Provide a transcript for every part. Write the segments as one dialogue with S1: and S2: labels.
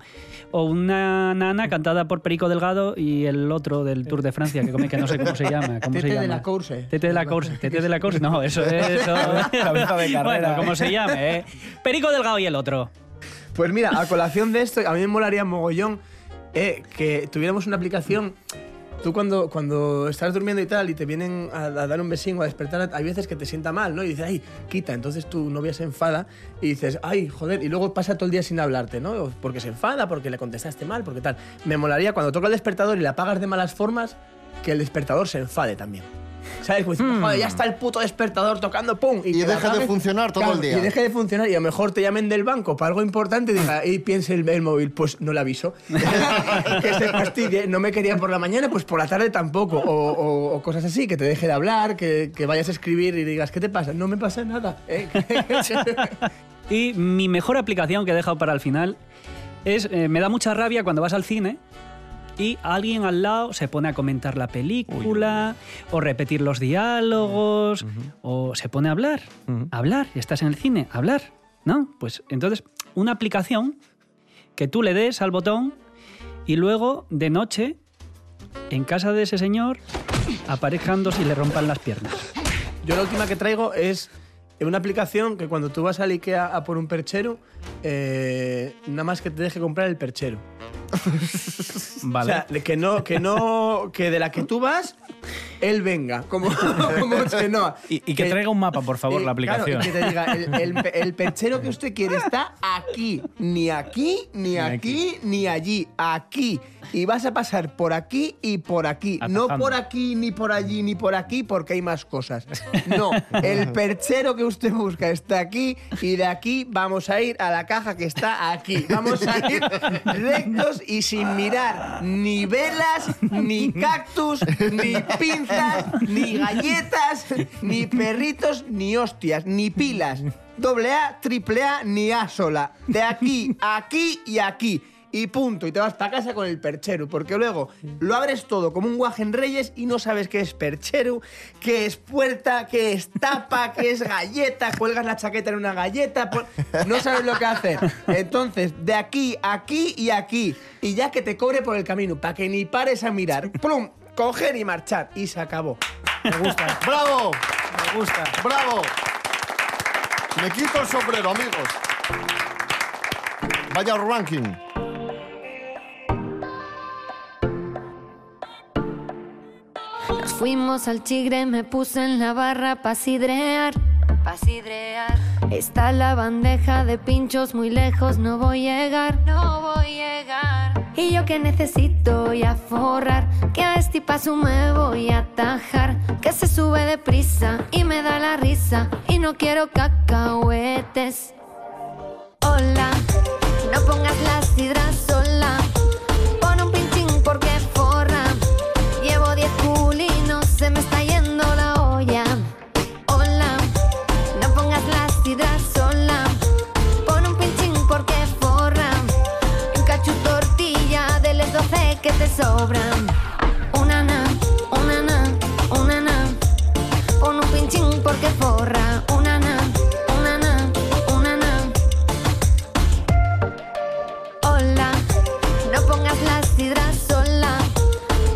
S1: o una nana cantada por Perico Delgado y el otro del Tour de Francia, que, come- que no sé cómo se llama. ¿cómo se
S2: Tete de
S1: llama?
S2: la Course.
S1: Tete de la Course, Tete de la Course, no, eso es... eso-
S3: Cabeza de carrera.
S1: Bueno, como se llame, ¿eh? Perico Delgado y el otro.
S2: Pues mira, a colación de esto, a mí me molaría mogollón eh, que tuviéramos una aplicación Tú cuando, cuando estás durmiendo y tal y te vienen a, a dar un besín o a despertar, hay veces que te sienta mal, ¿no? Y dices, ay, quita. Entonces tu novia se enfada y dices, ay, joder. Y luego pasa todo el día sin hablarte, ¿no? Porque se enfada, porque le contestaste mal, porque tal. Me molaría cuando toca el despertador y la apagas de malas formas, que el despertador se enfade también. ¿Sabes? Pues, joder, ya está el puto despertador tocando, ¡pum!
S4: Y
S2: que la
S4: deja de
S2: apagues.
S4: funcionar todo el día.
S2: Y deje de funcionar y a lo mejor te llamen del banco para algo importante y,
S4: Hmm.
S2: diga, y piense el, el móvil, pues no le aviso. que se fastidie, no me quería por la mañana, pues por la tarde tampoco. O, o- o cosas así, que te deje de hablar, que, que vayas a escribir y digas, ¿qué te pasa? No me pasa nada. ¿eh?
S1: Y mi mejor aplicación que he dejado para el final es, eh, me da mucha rabia cuando vas al cine y alguien al lado se pone a comentar la película o repetir los diálogos o se pone a hablar, hablar, y estás en el cine, hablar, ¿no? Pues entonces, una aplicación que tú le des al botón y luego de noche en casa de ese señor aparezcan dos y le rompan las piernas.
S2: Yo la última que traigo es una aplicación que cuando tú vas al Ikea a por un perchero, eh, nada más que te deje comprar el perchero.
S1: Vale.
S2: O sea, de que no, que no, que de la que tú vas, él venga, como, como Chenoa.
S3: Y, y que traiga un mapa, por favor,
S2: eh,
S3: la
S2: claro,
S3: aplicación.
S2: y que te diga, el, el, pe- el perchero que usted quiere está aquí, ni aquí, ni aquí, ni allí, aquí. Y vas a pasar por aquí y por aquí. No
S3: Atajando.
S2: por aquí, ni por allí, ni por aquí, porque hay más cosas. No, el perchero que usted busca está aquí y de aquí vamos a ir a la caja que está aquí. Vamos a ir rectos y sin mirar ni velas, ni cactus, ni pinzas, ni galletas, ni perritos, ni hostias, ni pilas. Doble A, triple A, ni A sola. De aquí, aquí y aquí. Y punto, y te vas para casa con el percheru, porque luego lo abres todo como un guaje en Reyes y no sabes qué es percheru, qué es puerta, qué es tapa, qué es galleta, cuelgas la chaqueta en una galleta, pon- no sabes lo que hacer. Entonces, de aquí, aquí y aquí, y ya que te cobre por el camino, para que ni pares a mirar, plum, coger y marchar, y se acabó. Me gusta.
S4: ¡Bravo!
S1: me gusta.
S4: ¡Bravo! Me quito el sombrero, amigos. Vaya ranking.
S5: Nos fuimos al chigre, me puse en la barra pa' sidrear. Pa' sidrear. Está la bandeja de pinchos muy lejos, no voy a llegar. No voy a llegar. Y yo que necesito ya forrar, que a este paso me voy a atajar. Que se sube deprisa y me da la risa. Y no quiero cacahuetes. Hola, no pongas la sidra sola. Pon un pinchín porque forra. Llevo 10 culinos, se me está yendo la olla. Hola, no pongas la sidra sola. Pon un pinchín porque forra. Y un cacho tortilla de las 12 que te sobran. Una na, una na, una na. Pon un pinchín porque forra. Una na, una na, una na. Hola, no pongas la sidra sola.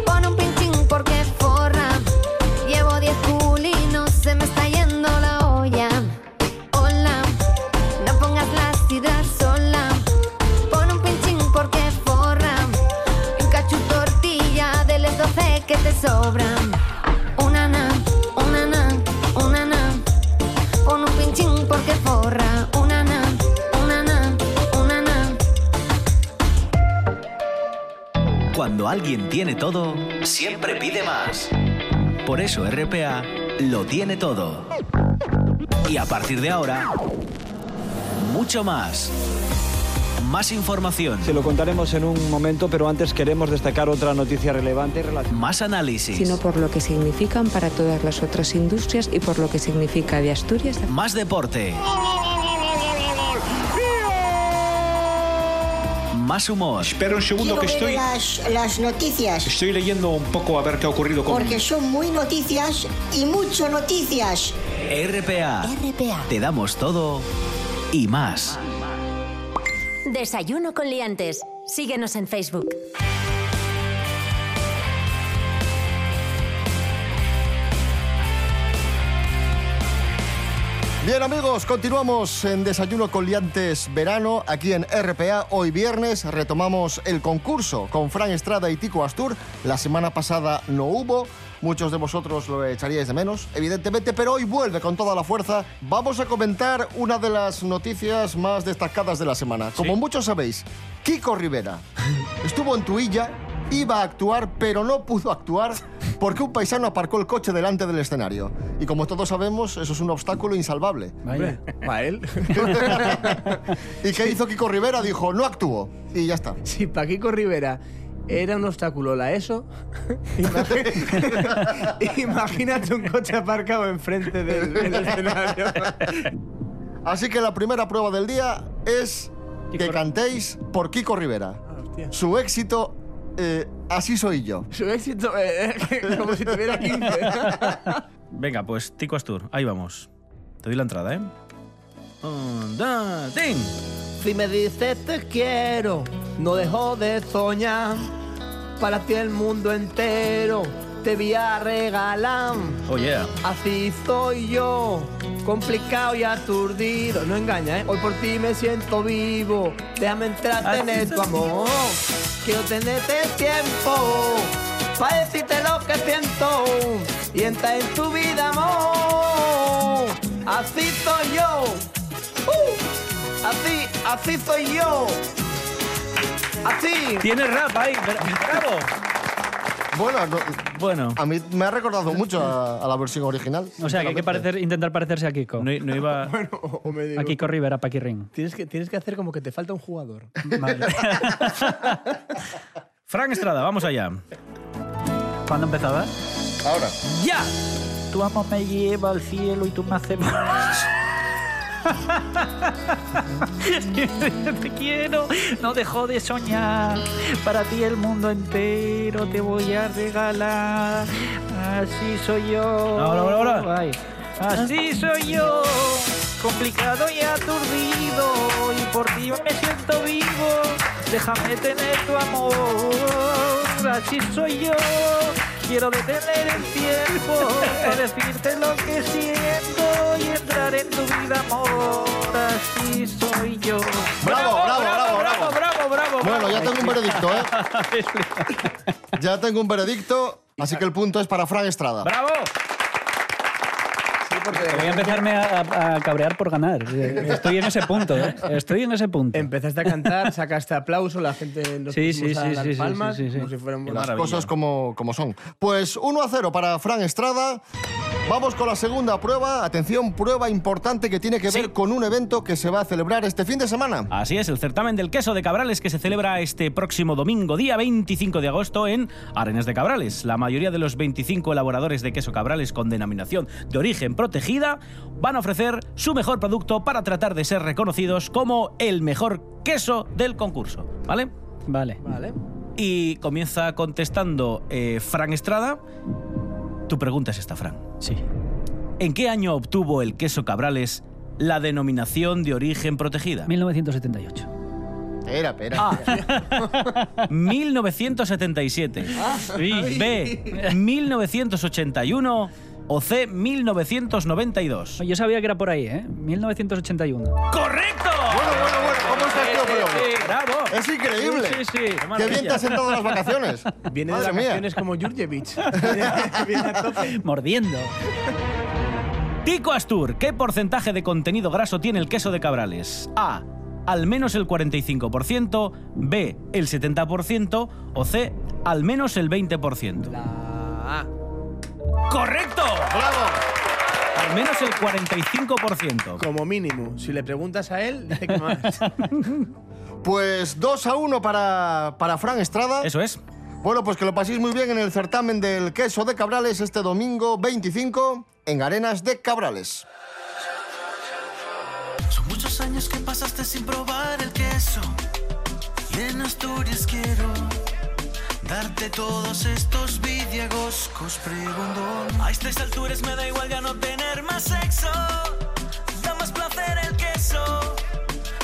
S5: Pon un pinchín porque forra. Llevo 10 culinos, se me está yendo la olla. Hola, no pongas la sidra sola. Pon un pinchín porque forra. Y un cacho tortilla de las 12 que te sobran. Una na, una na, una na. Pon un pinchín porque forra. Una na, una na, una na.
S6: Cuando alguien tiene todo, siempre pide más. Por eso RPA lo tiene todo. Y a partir de ahora, mucho más. Más información,
S7: Se lo contaremos en un momento, pero antes queremos destacar otra noticia relevante relacionada.
S6: más análisis,
S8: sino por lo que significan para todas las otras industrias y por lo que significa de Asturias.
S6: más deporte, más humor,
S9: Espera un segundo
S10: Quiero ver las, las noticias,
S9: Estoy leyendo un poco a ver qué ha ocurrido
S10: porque son muy noticias y mucho noticias.
S6: RPA. Te damos todo y más.
S11: Desayuno con liantes. Síguenos en Facebook.
S4: Bien amigos, continuamos en Desayuno con Liantes Verano, aquí en RPA. Hoy viernes retomamos el concurso con Fran Estrada y Tico Astur. La semana pasada no hubo, muchos de vosotros lo echaríais de menos, evidentemente, pero hoy vuelve con toda la fuerza. Vamos a comentar una de las noticias más destacadas de la semana. Como muchos sabéis, Kiko Rivera estuvo en Tuilla, iba a actuar, pero no pudo actuar porque un paisano aparcó el coche delante del escenario. Y como todos sabemos, eso es un obstáculo insalvable.
S2: Vaya. ¿A él?
S4: ¿Y qué hizo Kiko Rivera? Dijo, no actuó. Y ya está.
S2: Si para Kiko Rivera era un obstáculo la ESO, imagi- imagínate un coche aparcado enfrente del, del escenario.
S4: Así que la primera prueba del día es que cantéis por Kiko Rivera.
S2: Hostia.
S4: Su éxito, eh, así soy yo.
S2: Su éxito, eh, como si tuviera 15.
S3: Venga, pues Tico Astur, ahí vamos. Te doy la entrada, ¿eh? Un, dos, tin.
S2: Si me dices te quiero, no dejo de soñar. Para ti el mundo entero te voy a regalar.
S3: Oh, yeah.
S2: Así soy yo, complicado y aturdido. No engaña, ¿eh? Hoy por ti me siento vivo. Déjame entrarte en
S3: Así
S2: tu
S3: soy
S2: amor. Quiero tenerte tiempo para decirte lo que siento y entrar en tu vida, amor. Así soy yo. Uh, Así, así soy yo. Así.
S3: Tienes rap ahí, pero- bravo.
S4: Bueno, no-
S3: Bueno,
S4: a mí me ha recordado mucho a, a la versión original.
S1: O sea, que hay que parecer, intentar parecerse a Kiko.
S3: no, no iba.
S1: A Kiko Rivera, Paqui Ring.
S2: Tienes que, tienes que hacer como que te falta un jugador.
S1: Vale.
S3: Frank Estrada, vamos allá.
S1: ¿Cuándo empezaba?
S4: Ahora.
S3: ¡Ya!
S1: Tu amo me lleva al cielo y tú me haces te quiero, no dejo de soñar. Para ti el mundo entero te voy a regalar. Así soy yo.
S3: Ahora, ahora, ahora.
S1: Ay. Así soy yo. Complicado y aturdido. Y por ti me siento vivo. Déjame tener tu amor. Así soy yo. Quiero detener el tiempo para decirte lo que siento y entrar en tu vida, amor. Así soy yo.
S4: Bravo, bravo, bravo, bravo.
S3: bravo, bravo.
S4: Bueno, ya tengo un veredicto, ¿eh? Ya tengo un veredicto, así que el punto es para Fran Estrada.
S3: ¡Bravo!
S1: Voy a empezarme a, a- a cabrear por ganar. Estoy en ese punto, ¿eh? Estoy en ese punto.
S2: Empezaste a cantar, sacaste aplauso, la gente nos
S1: Sí,
S2: pusimos
S1: sí,
S2: a
S1: sí,
S2: dar
S1: sí, sí,
S2: palmas,
S1: sí, sí, sí.
S2: como si fuéramos...
S4: Las cosas como, como son. Pues 1 a 0 para Fran Estrada. Vamos con la segunda prueba. Atención, prueba importante que tiene que ver con un evento que se va a celebrar este fin de semana.
S3: Así es, el certamen del queso de Cabrales que se celebra este próximo domingo, día 25 de agosto, en Arenas de Cabrales. La mayoría de los 25 elaboradores de queso Cabrales con denominación de origen protegida van a ofrecer su mejor producto para tratar de ser reconocidos como el mejor queso del concurso, ¿vale?
S1: Vale.
S2: Vale.
S3: Y comienza contestando eh, Fran Estrada. Tu pregunta es esta, Fran.
S1: Sí.
S3: ¿En qué año obtuvo el queso Cabrales la denominación de origen protegida?
S1: 1978.
S4: Espera, espera.
S3: Ah.
S4: espera.
S1: Ah.
S3: 1977. B. 1981. O C. 1992.
S1: Yo sabía que era por ahí, ¿eh? 1981.
S3: ¡Correcto!
S4: Bueno, bueno, bueno, ¿cómo está el tío, pero?
S3: ¡Bravo!
S4: Es increíble.
S3: Sí, sí, sí.
S4: Qué
S3: maravilla.
S4: bien te has sentado las vacaciones.
S2: Viene
S4: Madre
S2: de
S4: mía.
S2: vacaciones como Jurjevic. Viene a tope.
S1: Mordiendo.
S3: Tico Astur, ¿qué porcentaje de contenido graso tiene el queso de cabrales? A. Al menos el 45%, B. El 70% o C. Al menos el 20%. ¡Correcto!
S4: Bravo.
S3: Al menos el 45%.
S2: Como mínimo. Si le preguntas a él, dice que más.
S4: Pues 2 a 1 para, para Fran Estrada.
S3: Eso es.
S4: Bueno, pues que lo paséis muy bien en el certamen del queso de Cabrales este domingo 25 en Arenas de Cabrales.
S12: Son muchos años que pasaste sin probar el queso. Y en Asturias quiero darte todos estos vidiagoscos pregondón. A estas alturas me da igual ya no tener más sexo. Da más placer el queso.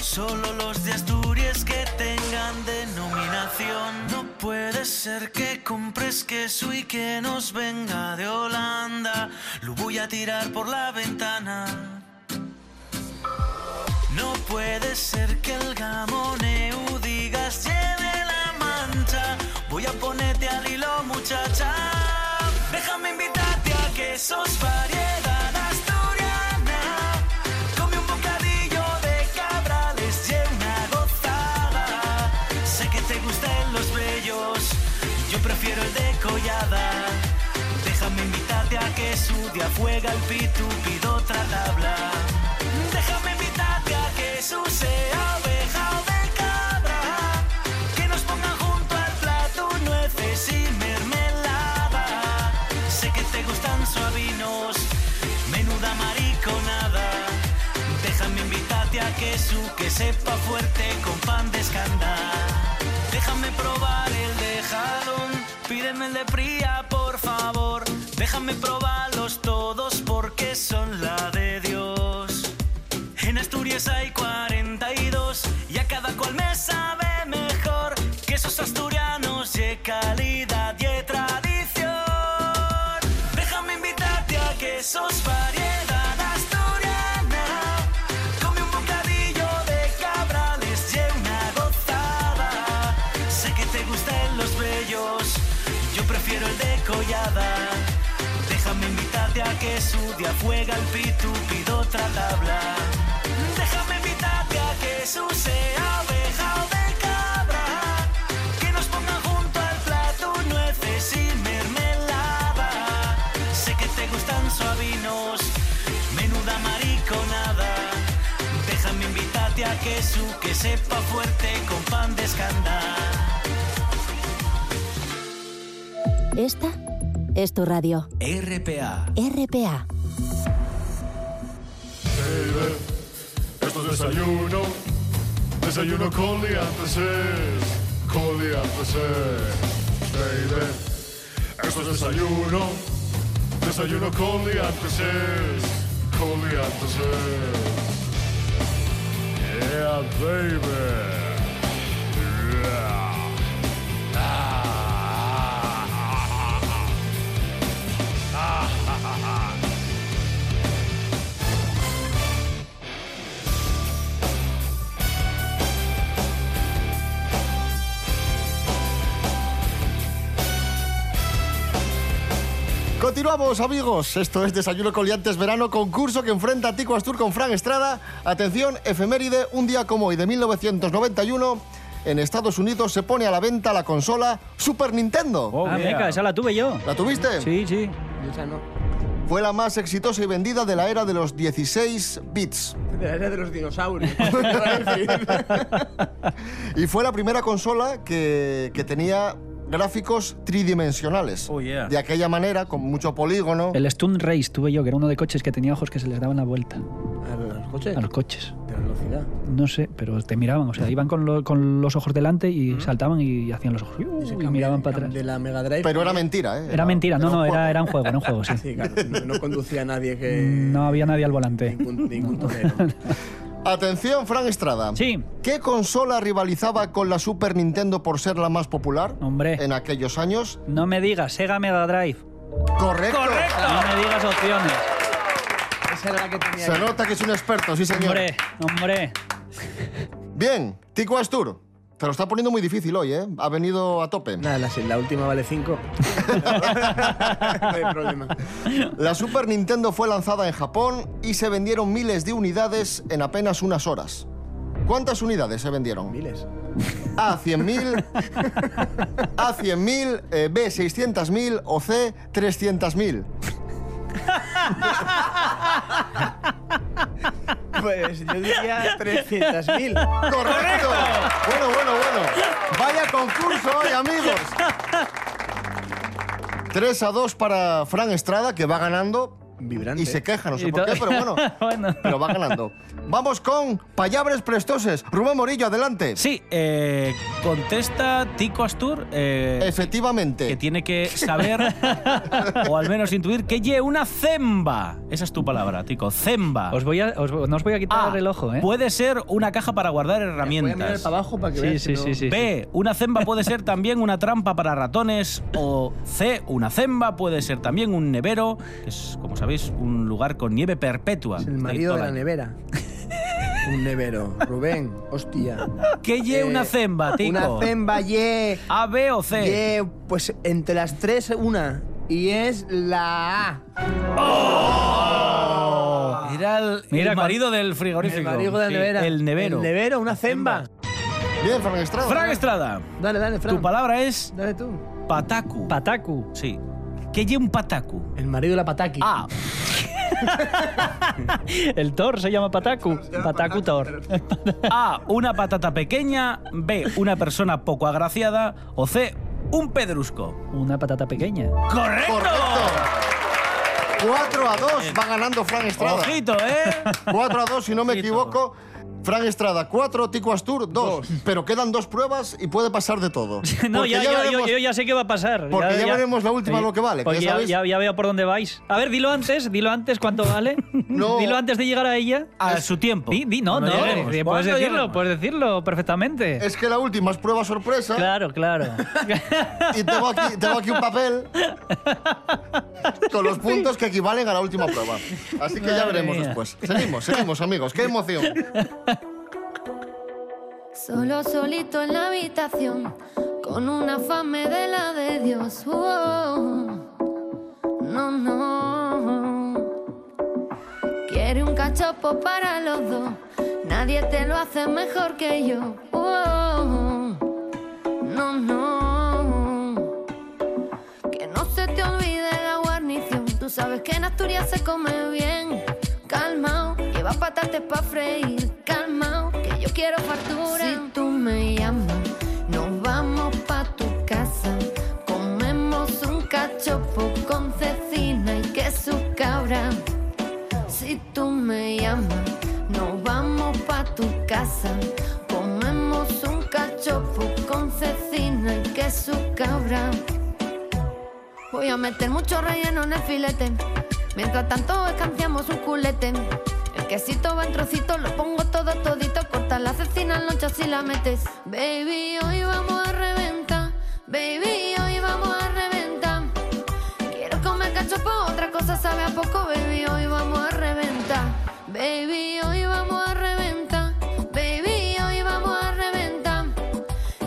S12: Solo los de Asturias que tengan denominación. No puede ser que compres queso y que nos venga de Holanda. Lo voy a tirar por la ventana.
S3: No puede ser que el gamoneu digas lleve la mancha. Voy a ponerte al hilo, muchacha. Déjame invitarte a que sos variedad asturiana. Come un bocadillo de cabrales y una gozada. Sé que te gustan los bellos, yo prefiero el de collada. Déjame invitarte a que su día juega el pitu, pido otra tabla. Déjame invitarte a que su sea oveja o de cabra. Que nos pongan junto al plato nueces y mermelada. Sé que te gustan suavinos, menuda mariconada. Déjame invitarte a que su que sepa fuerte con pan de escándalo. Déjame probar el de jalón, pídeme el de fría, por favor. Déjame probarlos todos porque son la de Dios. En Asturias hay 42 y a cada cual me sabe mejor que esos asturianos de calidad y de tradición. Déjame invitarte a que sos variedad asturiana. Come un bocadillo de cabrales y una gozada. Sé que te gustan los bellos, yo prefiero el de collada. Déjame invitarte a que su día juega el pitu, pido otra tabla. Déjame invitarte a que su sea oveja o de cabra. Que nos pongan junto al plato nueces y mermelada. Sé que te gustan suavinos, menuda mariconada. Déjame invitarte a que su que sepa fuerte con pan de escándalo.
S11: Esta es tu radio.
S13: RPA.
S11: RPA.
S14: Baby, esto es desayuno. Desayuno con liantes. Con liantes. Baby, esto es desayuno. Desayuno con liantes. Con liantes. Yeah, baby. Yeah. Ah. Ah.
S4: Continuamos, amigos. Esto es Desayuno Coliantes Verano, concurso que enfrenta a Tico Astur con Fran Estrada. Atención, efeméride, un día como hoy de 1991, en Estados Unidos se pone a la venta la consola Super Nintendo.
S1: ah, meca, esa la tuve yo.
S4: ¿La tuviste?
S1: Sí, sí.
S4: Fue la más exitosa y vendida de la era de los 16 bits.
S2: De la era de los dinosaurios.
S4: Y fue la primera consola que, que tenía gráficos tridimensionales. De aquella manera, con mucho polígono.
S1: El Stunt Race tuve yo, que era uno de coches que tenía ojos que se les daban la vuelta.
S2: ¿A los coches?
S1: A los coches.
S2: De la velocidad.
S1: No sé, pero te miraban, o sea, iban con, lo- con los ojos delante y saltaban y hacían los ojos. uh, y miraban para atrás.
S2: De la Mega Drive. Ah,
S4: Pero era mentira, ¿eh?
S1: Era, mentira, no, no, era, era un juego, era un juego, sí.
S2: Sí, claro, no, no conducía a nadie que.
S1: No había nadie al volante.
S2: ningún
S4: Atención, Fran Estrada.
S1: Sí.
S4: ¿Qué consola rivalizaba con la Super Nintendo por ser la más popular
S1: Hombre.
S4: en aquellos años?
S1: No me digas, Sega Mega Drive.
S4: Correcto.
S1: No me digas opciones.
S2: Esa era la que tenía.
S4: Se nota que es un experto, sí, señor.
S1: Hombre, hombre.
S4: Bien, Tico Astur. Te lo está poniendo muy difícil hoy, ¿eh? Ha venido a tope.
S2: Nada, la, la última vale 5. no hay problema.
S4: La Super Nintendo fue lanzada en Japón y se vendieron miles de unidades en apenas unas horas. ¿Cuántas unidades se vendieron?
S2: Miles.
S4: A 100.000, A 100.000, eh, B 600.000 o C 300.000.
S2: Pues yo diría 300.000.
S4: ¡Correcto! Bueno, bueno, bueno. Vaya concurso hoy, amigos. 3 a 2 para Fran Estrada, que va ganando.
S2: Vibrante.
S4: Y se queja, no sé
S1: Y
S4: por
S1: to-
S4: qué, pero bueno.
S1: Bueno.
S4: Pero va ganando. Vamos con Payabres Prestoses. Rubén Morillo, adelante.
S15: Sí, eh, contesta Tico Astur eh, que
S4: Efectivamente.
S15: tiene que saber o al menos intuir que lle una cemba. Esa es tu palabra, Tico. Cemba.
S1: Os voy a, os, no os voy a quitar
S15: A,
S1: el ojo, ¿eh?
S15: Puede ser una caja para guardar
S2: Voy a mirar
S15: herramientas.
S2: para abajo para que
S1: Sí,
S2: veas.
S1: sí, sí, sí. sí.
S15: B, una cemba puede ser también una trampa para ratones. O C, una cemba puede ser también un nevero, que es, como sabéis, un lugar con nieve perpetua.
S2: Es el marido de la
S15: Ahí,
S2: nevera. un nevero, Rubén. Hostia.
S3: ¿Qué ye una cemba, tico?
S2: Eh, Una cemba ye.
S3: ¿A, B o C?
S2: Ye, pues entre las tres, una. Y es la A.
S3: Mira el,
S2: Mira,
S3: el
S2: con-
S3: marido del frigorífico.
S2: El marido de la
S3: Sí,
S2: nevera.
S3: El nevero.
S2: El nevero, una cemba.
S4: Bien, Frank Estrada.
S3: Frank Estrada,
S2: Dale, dale, Fran.
S3: tu palabra es
S2: Dale tú.
S3: patacu.
S1: Pataku.
S3: Sí. ¿Qué lleva un patacu?
S2: El marido de la pataki.
S3: A.
S1: El Thor se llama Pataku. Pataku Thor.
S3: A. Una patata pequeña. B. Una persona poco agraciada. O C. Un pedrusco.
S1: Una patata pequeña.
S3: ¡Correcto!
S4: Correcto. 4 a 2 va ganando Fran Estrada.
S3: Ojito, ¿eh?
S4: 4 a 2, si no me equivoco. Fran Estrada 4, Tico Astur 2. Pero quedan dos pruebas y puede pasar de todo.
S1: No,
S4: Porque
S1: ya, yo, yo-
S4: veremos-
S1: yo ya sé qué va a pasar.
S4: porque ya veremos la última lo que vale, que
S1: Porque
S4: ya
S1: ya,
S4: sabéis.
S1: ya- ya veo por dónde vais. A ver, dilo antes, dilo antes cuánto vale.
S4: No.
S1: Dilo antes de llegar a ella.
S3: A su tiempo.
S1: Di, di- no, no,
S3: Cuando lleguemos.
S1: eh, puedes
S3: Cuando
S1: decirlo,
S3: lleguemos.
S1: puedes decirlo perfectamente.
S4: Es que la última es prueba sorpresa
S1: Claro, claro.
S4: y tengo aquí, tengo aquí un papel con los puntos que equivalen a la última prueba. Así que ya
S1: Madre
S4: veremos
S1: mía.
S4: después. Seguimos, seguimos, amigos. ¡Qué emoción!
S5: Solo solito en la habitación, con una fame de la de Dios. Oh, no, no. Quiere un cachopo para los dos, nadie te lo hace mejor que yo. Oh, no, no. Que no se te olvide la guarnición, tú sabes que en Asturias se come bien. Calmao, lleva patates pa' freír. Calmao, que yo quiero fartura. Si tú me llamas, nos vamos pa' tu casa. Comemos un cachopo con cecina y queso cabra. Si tú me llamas, nos vamos pa' tu casa. Comemos un cachopo con cecina y queso cabra. Voy a meter mucho relleno en el filete. Mientras tanto escanciamos un culete. El quesito va en trocitos, lo pongo todo todito. Cortas la cecina en lonchas y la metes. Baby, hoy vamos a reventar. Baby, hoy vamos a reventar. Quiero comer cachopo, otra cosa sabe a poco. Baby, hoy vamos a reventar. Baby, hoy vamos a reventar. Baby, hoy vamos a reventar.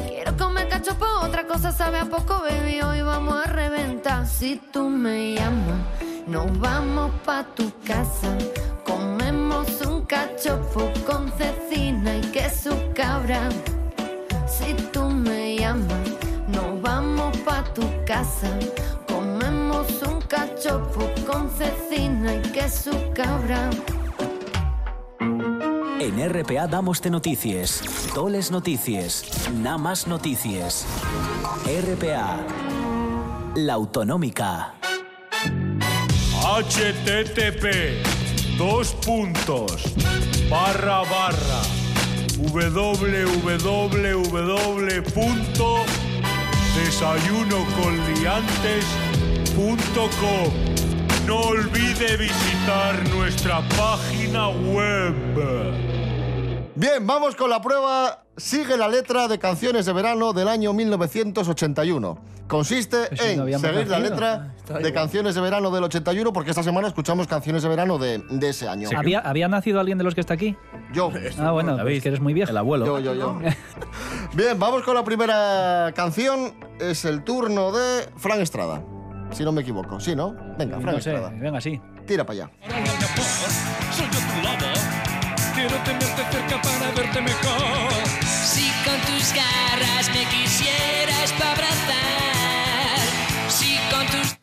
S5: Quiero comer cachopo, otra cosa sabe a poco, baby, hoy vamos a reventar. Si tú me llamas, nos vamos pa' tu casa. Comemos un cachopo con cecina y queso cabra. Si tú me llamas, nos vamos pa' tu casa. Comemos un cachopo con cecina y queso cabra.
S6: En RPA damos te noticias, toles noticias, nada más noticias. RPA, la autonómica.
S14: HTTP, dos puntos, barra barra, www.desayunoconliantes.com. No olvide visitar nuestra página web.
S4: Bien, vamos con la prueba. Sigue la letra de canciones de verano del año 1981. Consiste
S1: Pero si
S4: en
S1: no habíamos
S4: seguir la
S1: nacido. Ah,
S4: letra
S2: está
S4: de
S2: igual.
S4: canciones de verano del 81 porque esta semana escuchamos canciones de verano de, de ese año.
S1: ¿Había, había nacido alguien de los que está aquí?
S4: Yo,
S1: Ah, bueno,
S3: David,
S1: es que eres muy viejo.
S3: El abuelo.
S4: yo, yo, yo. Bien, vamos con la primera canción. Es el turno de Frank Estrada. Si no me equivoco. Sí, ¿no? Venga, Frank
S1: No sé,
S4: Estrada.
S1: venga, sí.
S4: Tira para allá.
S14: Soy yo tu lobo. Quiero tenerte cerca para verte mejor.
S16: Si con tus garras me quisieras pa' abrazar, si con tus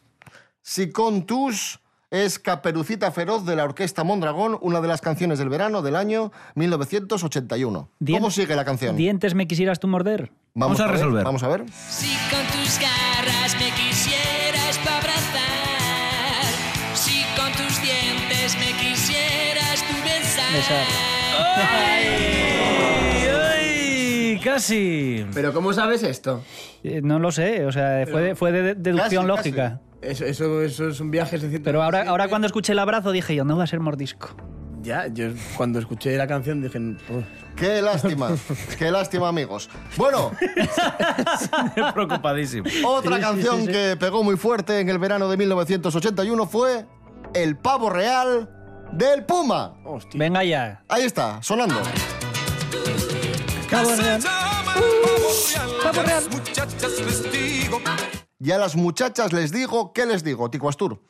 S4: Si con tus es Caperucita Feroz de la Orquesta Mondragón, una de las canciones del verano del año 1981.
S1: Dien-
S4: ¿Cómo sigue la canción?
S1: ¿Dientes me quisieras tú morder?
S3: Vamos a
S4: ver,
S3: resolver.
S4: vamos a ver.
S16: si con tus garras me quisieras pa' abrazar, si con tus dientes me quisieras tú besar.
S1: Besar.
S3: ¡Ay! ¡Ay! Casi.
S2: Pero ¿cómo sabes esto?
S1: Eh, no lo sé, o sea, fue de, fue de deducción
S4: Casi, casi.
S1: lógica.
S2: Eso, eso, eso es un viaje, es decir,
S1: Pero ahora, ahora cuando escuché el abrazo dije yo, no va a ser mordisco.
S2: Ya, yo cuando escuché la canción dije... "Uf".
S4: Qué lástima, qué lástima, amigos. Bueno,
S3: Preocupadísimo.
S4: otra
S1: Sí, sí,
S4: canción
S1: sí, sí.
S4: que pegó muy fuerte en el verano de 1981 fue El Pavo Real del Puma.
S1: Venga ya.
S4: Ahí está, sonando.
S1: Cabo Real.
S14: Pavo real. Muchachas les digo.
S4: Y a las muchachas les digo, ¿qué les digo, Tico Astur?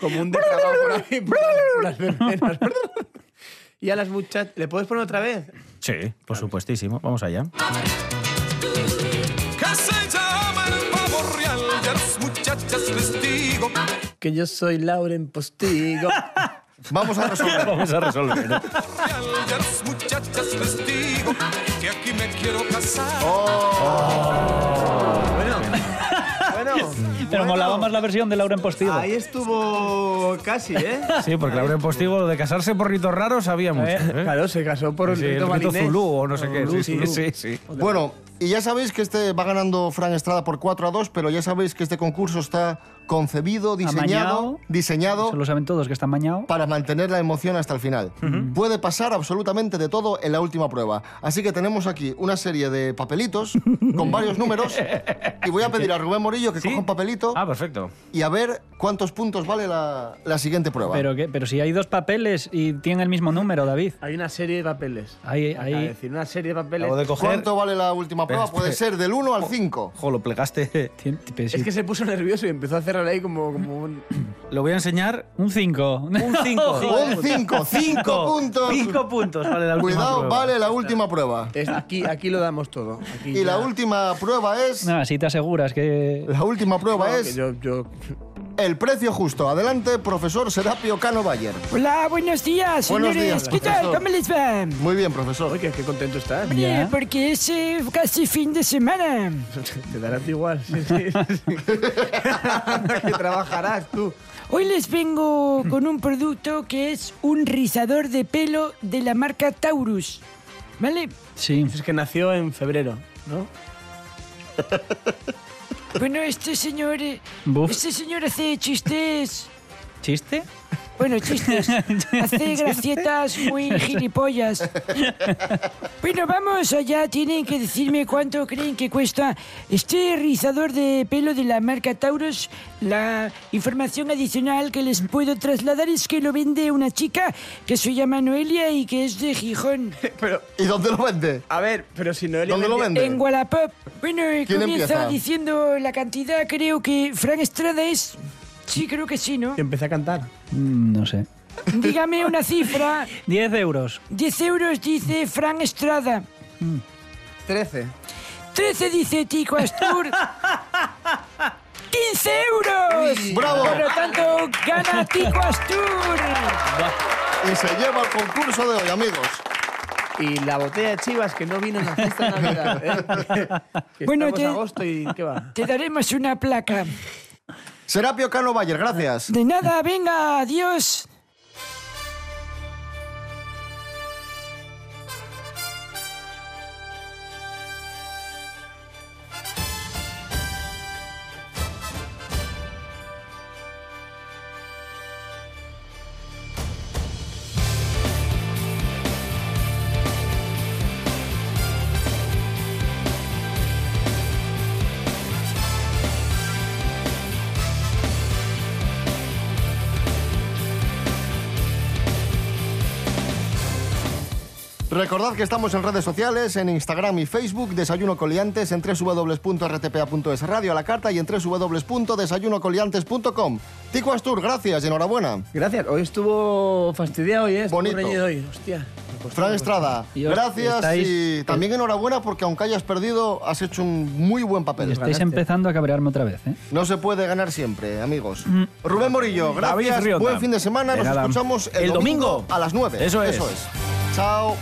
S2: Como un depravado por ahí, por las verbenas. Y a las muchachas... ¿Le puedes poner otra vez?
S17: Sí, por supuestísimo. Vamos allá.
S14: Que se llaman pavo real. Y a las muchachas les digo.
S2: Que yo soy Lauren Postigo.
S4: Vamos a resolver.
S17: Vamos a resolver.
S14: Real. Y a las muchachas les digo. Que aquí me quiero casar.
S2: Bueno. Bueno.
S1: Pero molaba más la versión de Lauren Postigo.
S2: Ahí estuvo casi, ¿eh?
S17: Sí, porque Lauren Postigo lo de casarse por ritos raros sabíamos.
S2: Eh, Claro, se casó por
S17: Sí,
S2: el
S17: el
S2: rito
S17: rito
S2: balinés.
S17: Zulú o no sé qué.
S2: Zulú,
S17: Sí, sí,
S2: Zulú.
S17: sí, sí.
S4: Bueno, y ya sabéis que este va ganando Fran Estrada por 4 a 2, pero ya sabéis que este concurso está concebido, diseñado,
S1: Amañado.
S4: diseñado
S1: Eso lo saben todos que está mañado.
S4: para mantener la emoción hasta el final. Puede pasar absolutamente de todo en la última prueba. Así que tenemos aquí una serie de papelitos con varios números y voy a pedir a Rubén Morillo que coja un papelito
S17: Ah, perfecto.
S4: y a ver cuántos puntos vale la, la siguiente prueba.
S1: Pero, qué- pero si hay dos papeles y tienen el mismo número, David.
S2: Hay una serie de papeles.
S1: Ahí,
S2: Acaba de
S1: ahí.
S2: decir, una serie de papeles.
S17: Acabo de coger.
S4: ¿Cuánto vale la última prueba? Puede ser del 1 al 5.
S17: Jo, lo plegaste.
S1: Tien- pero si-
S2: Es que se puso nervioso y empezó a cerrar ahí como, como un...
S17: Lo voy a enseñar.
S1: Un 5.
S17: Un 5.
S4: Un 5, 5 puntos.
S17: 5 puntos, vale, la última
S4: Cuidado,
S17: prueba.
S4: vale la última prueba.
S2: Es- Aquí, aquí lo damos todo. Aquí
S4: Y la
S2: ya-
S4: última prueba es.
S1: Nada, si te aseguras que.
S4: La última prueba
S2: No, que
S4: es
S2: yo- yo-
S4: el precio justo. Adelante, profesor Serapio Cano Bayer.
S5: Hola, buenos días,
S4: Buenos
S5: señores.
S4: días,
S5: ¿Qué tal?
S4: profesor.
S5: ¿Cómo les va?
S4: Muy bien, profesor.
S2: Oye, qué, qué contento estás.
S5: Hombre,
S1: Ya.
S5: porque es eh, casi fin de semana.
S2: Te darás igual. Sí, sí, sí. que trabajarás tú.
S5: Hoy les vengo con un producto que es un rizador de pelo de la marca Taurus. ¿Vale?
S1: Sí.
S2: Es que nació en febrero, ¿no?
S5: Bueno, este señor. eh,
S1: Buf.
S5: Este señor hace chistes.
S1: ¿Chiste?
S5: Bueno, chistes. Hace gracietas muy gilipollas. Bueno, vamos allá. Tienen que decirme cuánto creen que cuesta este rizador de pelo de la marca Tauros. La información adicional que les puedo trasladar es que lo vende una chica que se llama Noelia y que es de Gijón.
S2: Pero,
S4: ¿Y dónde lo vende?
S2: a ver, pero si no...
S4: ¿Dónde lo vende?
S5: En Wallapop. Bueno, eh,
S4: ¿Quién
S5: comienza
S4: empieza?
S5: diciendo la cantidad. Creo que Frank Estrada es. Sí, creo que sí, ¿no?
S2: Que empecé a cantar.
S1: Mm, No sé.
S5: Dígame una cifra.
S1: 10 euros.
S5: 10 euros dice Fran Estrada.
S2: 13.
S5: 13 dice Tico Astur. 15 euros.
S4: ¡Bravo!
S5: Por lo tanto, gana Tico Astur.
S4: Y se lleva el concurso de hoy, amigos.
S2: Y la botella de chivas que no vino en la fiesta de Navidad. ¿eh? Que
S5: Bueno,
S2: estamos
S5: te-
S2: en agosto y ¿qué va?
S5: Te daremos una placa.
S4: Serapio Cano Bayer, gracias.
S5: De nada, venga, adiós.
S4: Recordad que estamos en redes sociales, en Instagram y Facebook, Desayuno Coliantes, en www.rtpa.es Radio a la Carta y en www.desayunocoliantes.com. Tico Astur, gracias y enhorabuena.
S2: Gracias. Hoy estuvo fastidiado y es
S4: Bonito.
S2: hoy. Hostia. me costó,
S4: Fran
S2: me costó.
S4: Estrada,
S1: Y os-
S4: gracias
S1: estáis-
S4: y también enhorabuena porque aunque hayas perdido, has hecho un muy buen papel.
S1: Estáis empezando a cabrearme otra vez, ¿eh?
S4: No se puede ganar siempre, amigos. Rubén Morillo,
S17: David
S4: gracias.
S17: Rionda.
S4: Buen fin de semana.
S17: De
S4: Nos
S17: nada.
S4: escuchamos el,
S17: El domingo.
S4: a las 9.
S17: Eso es.
S4: Eso es. Chao.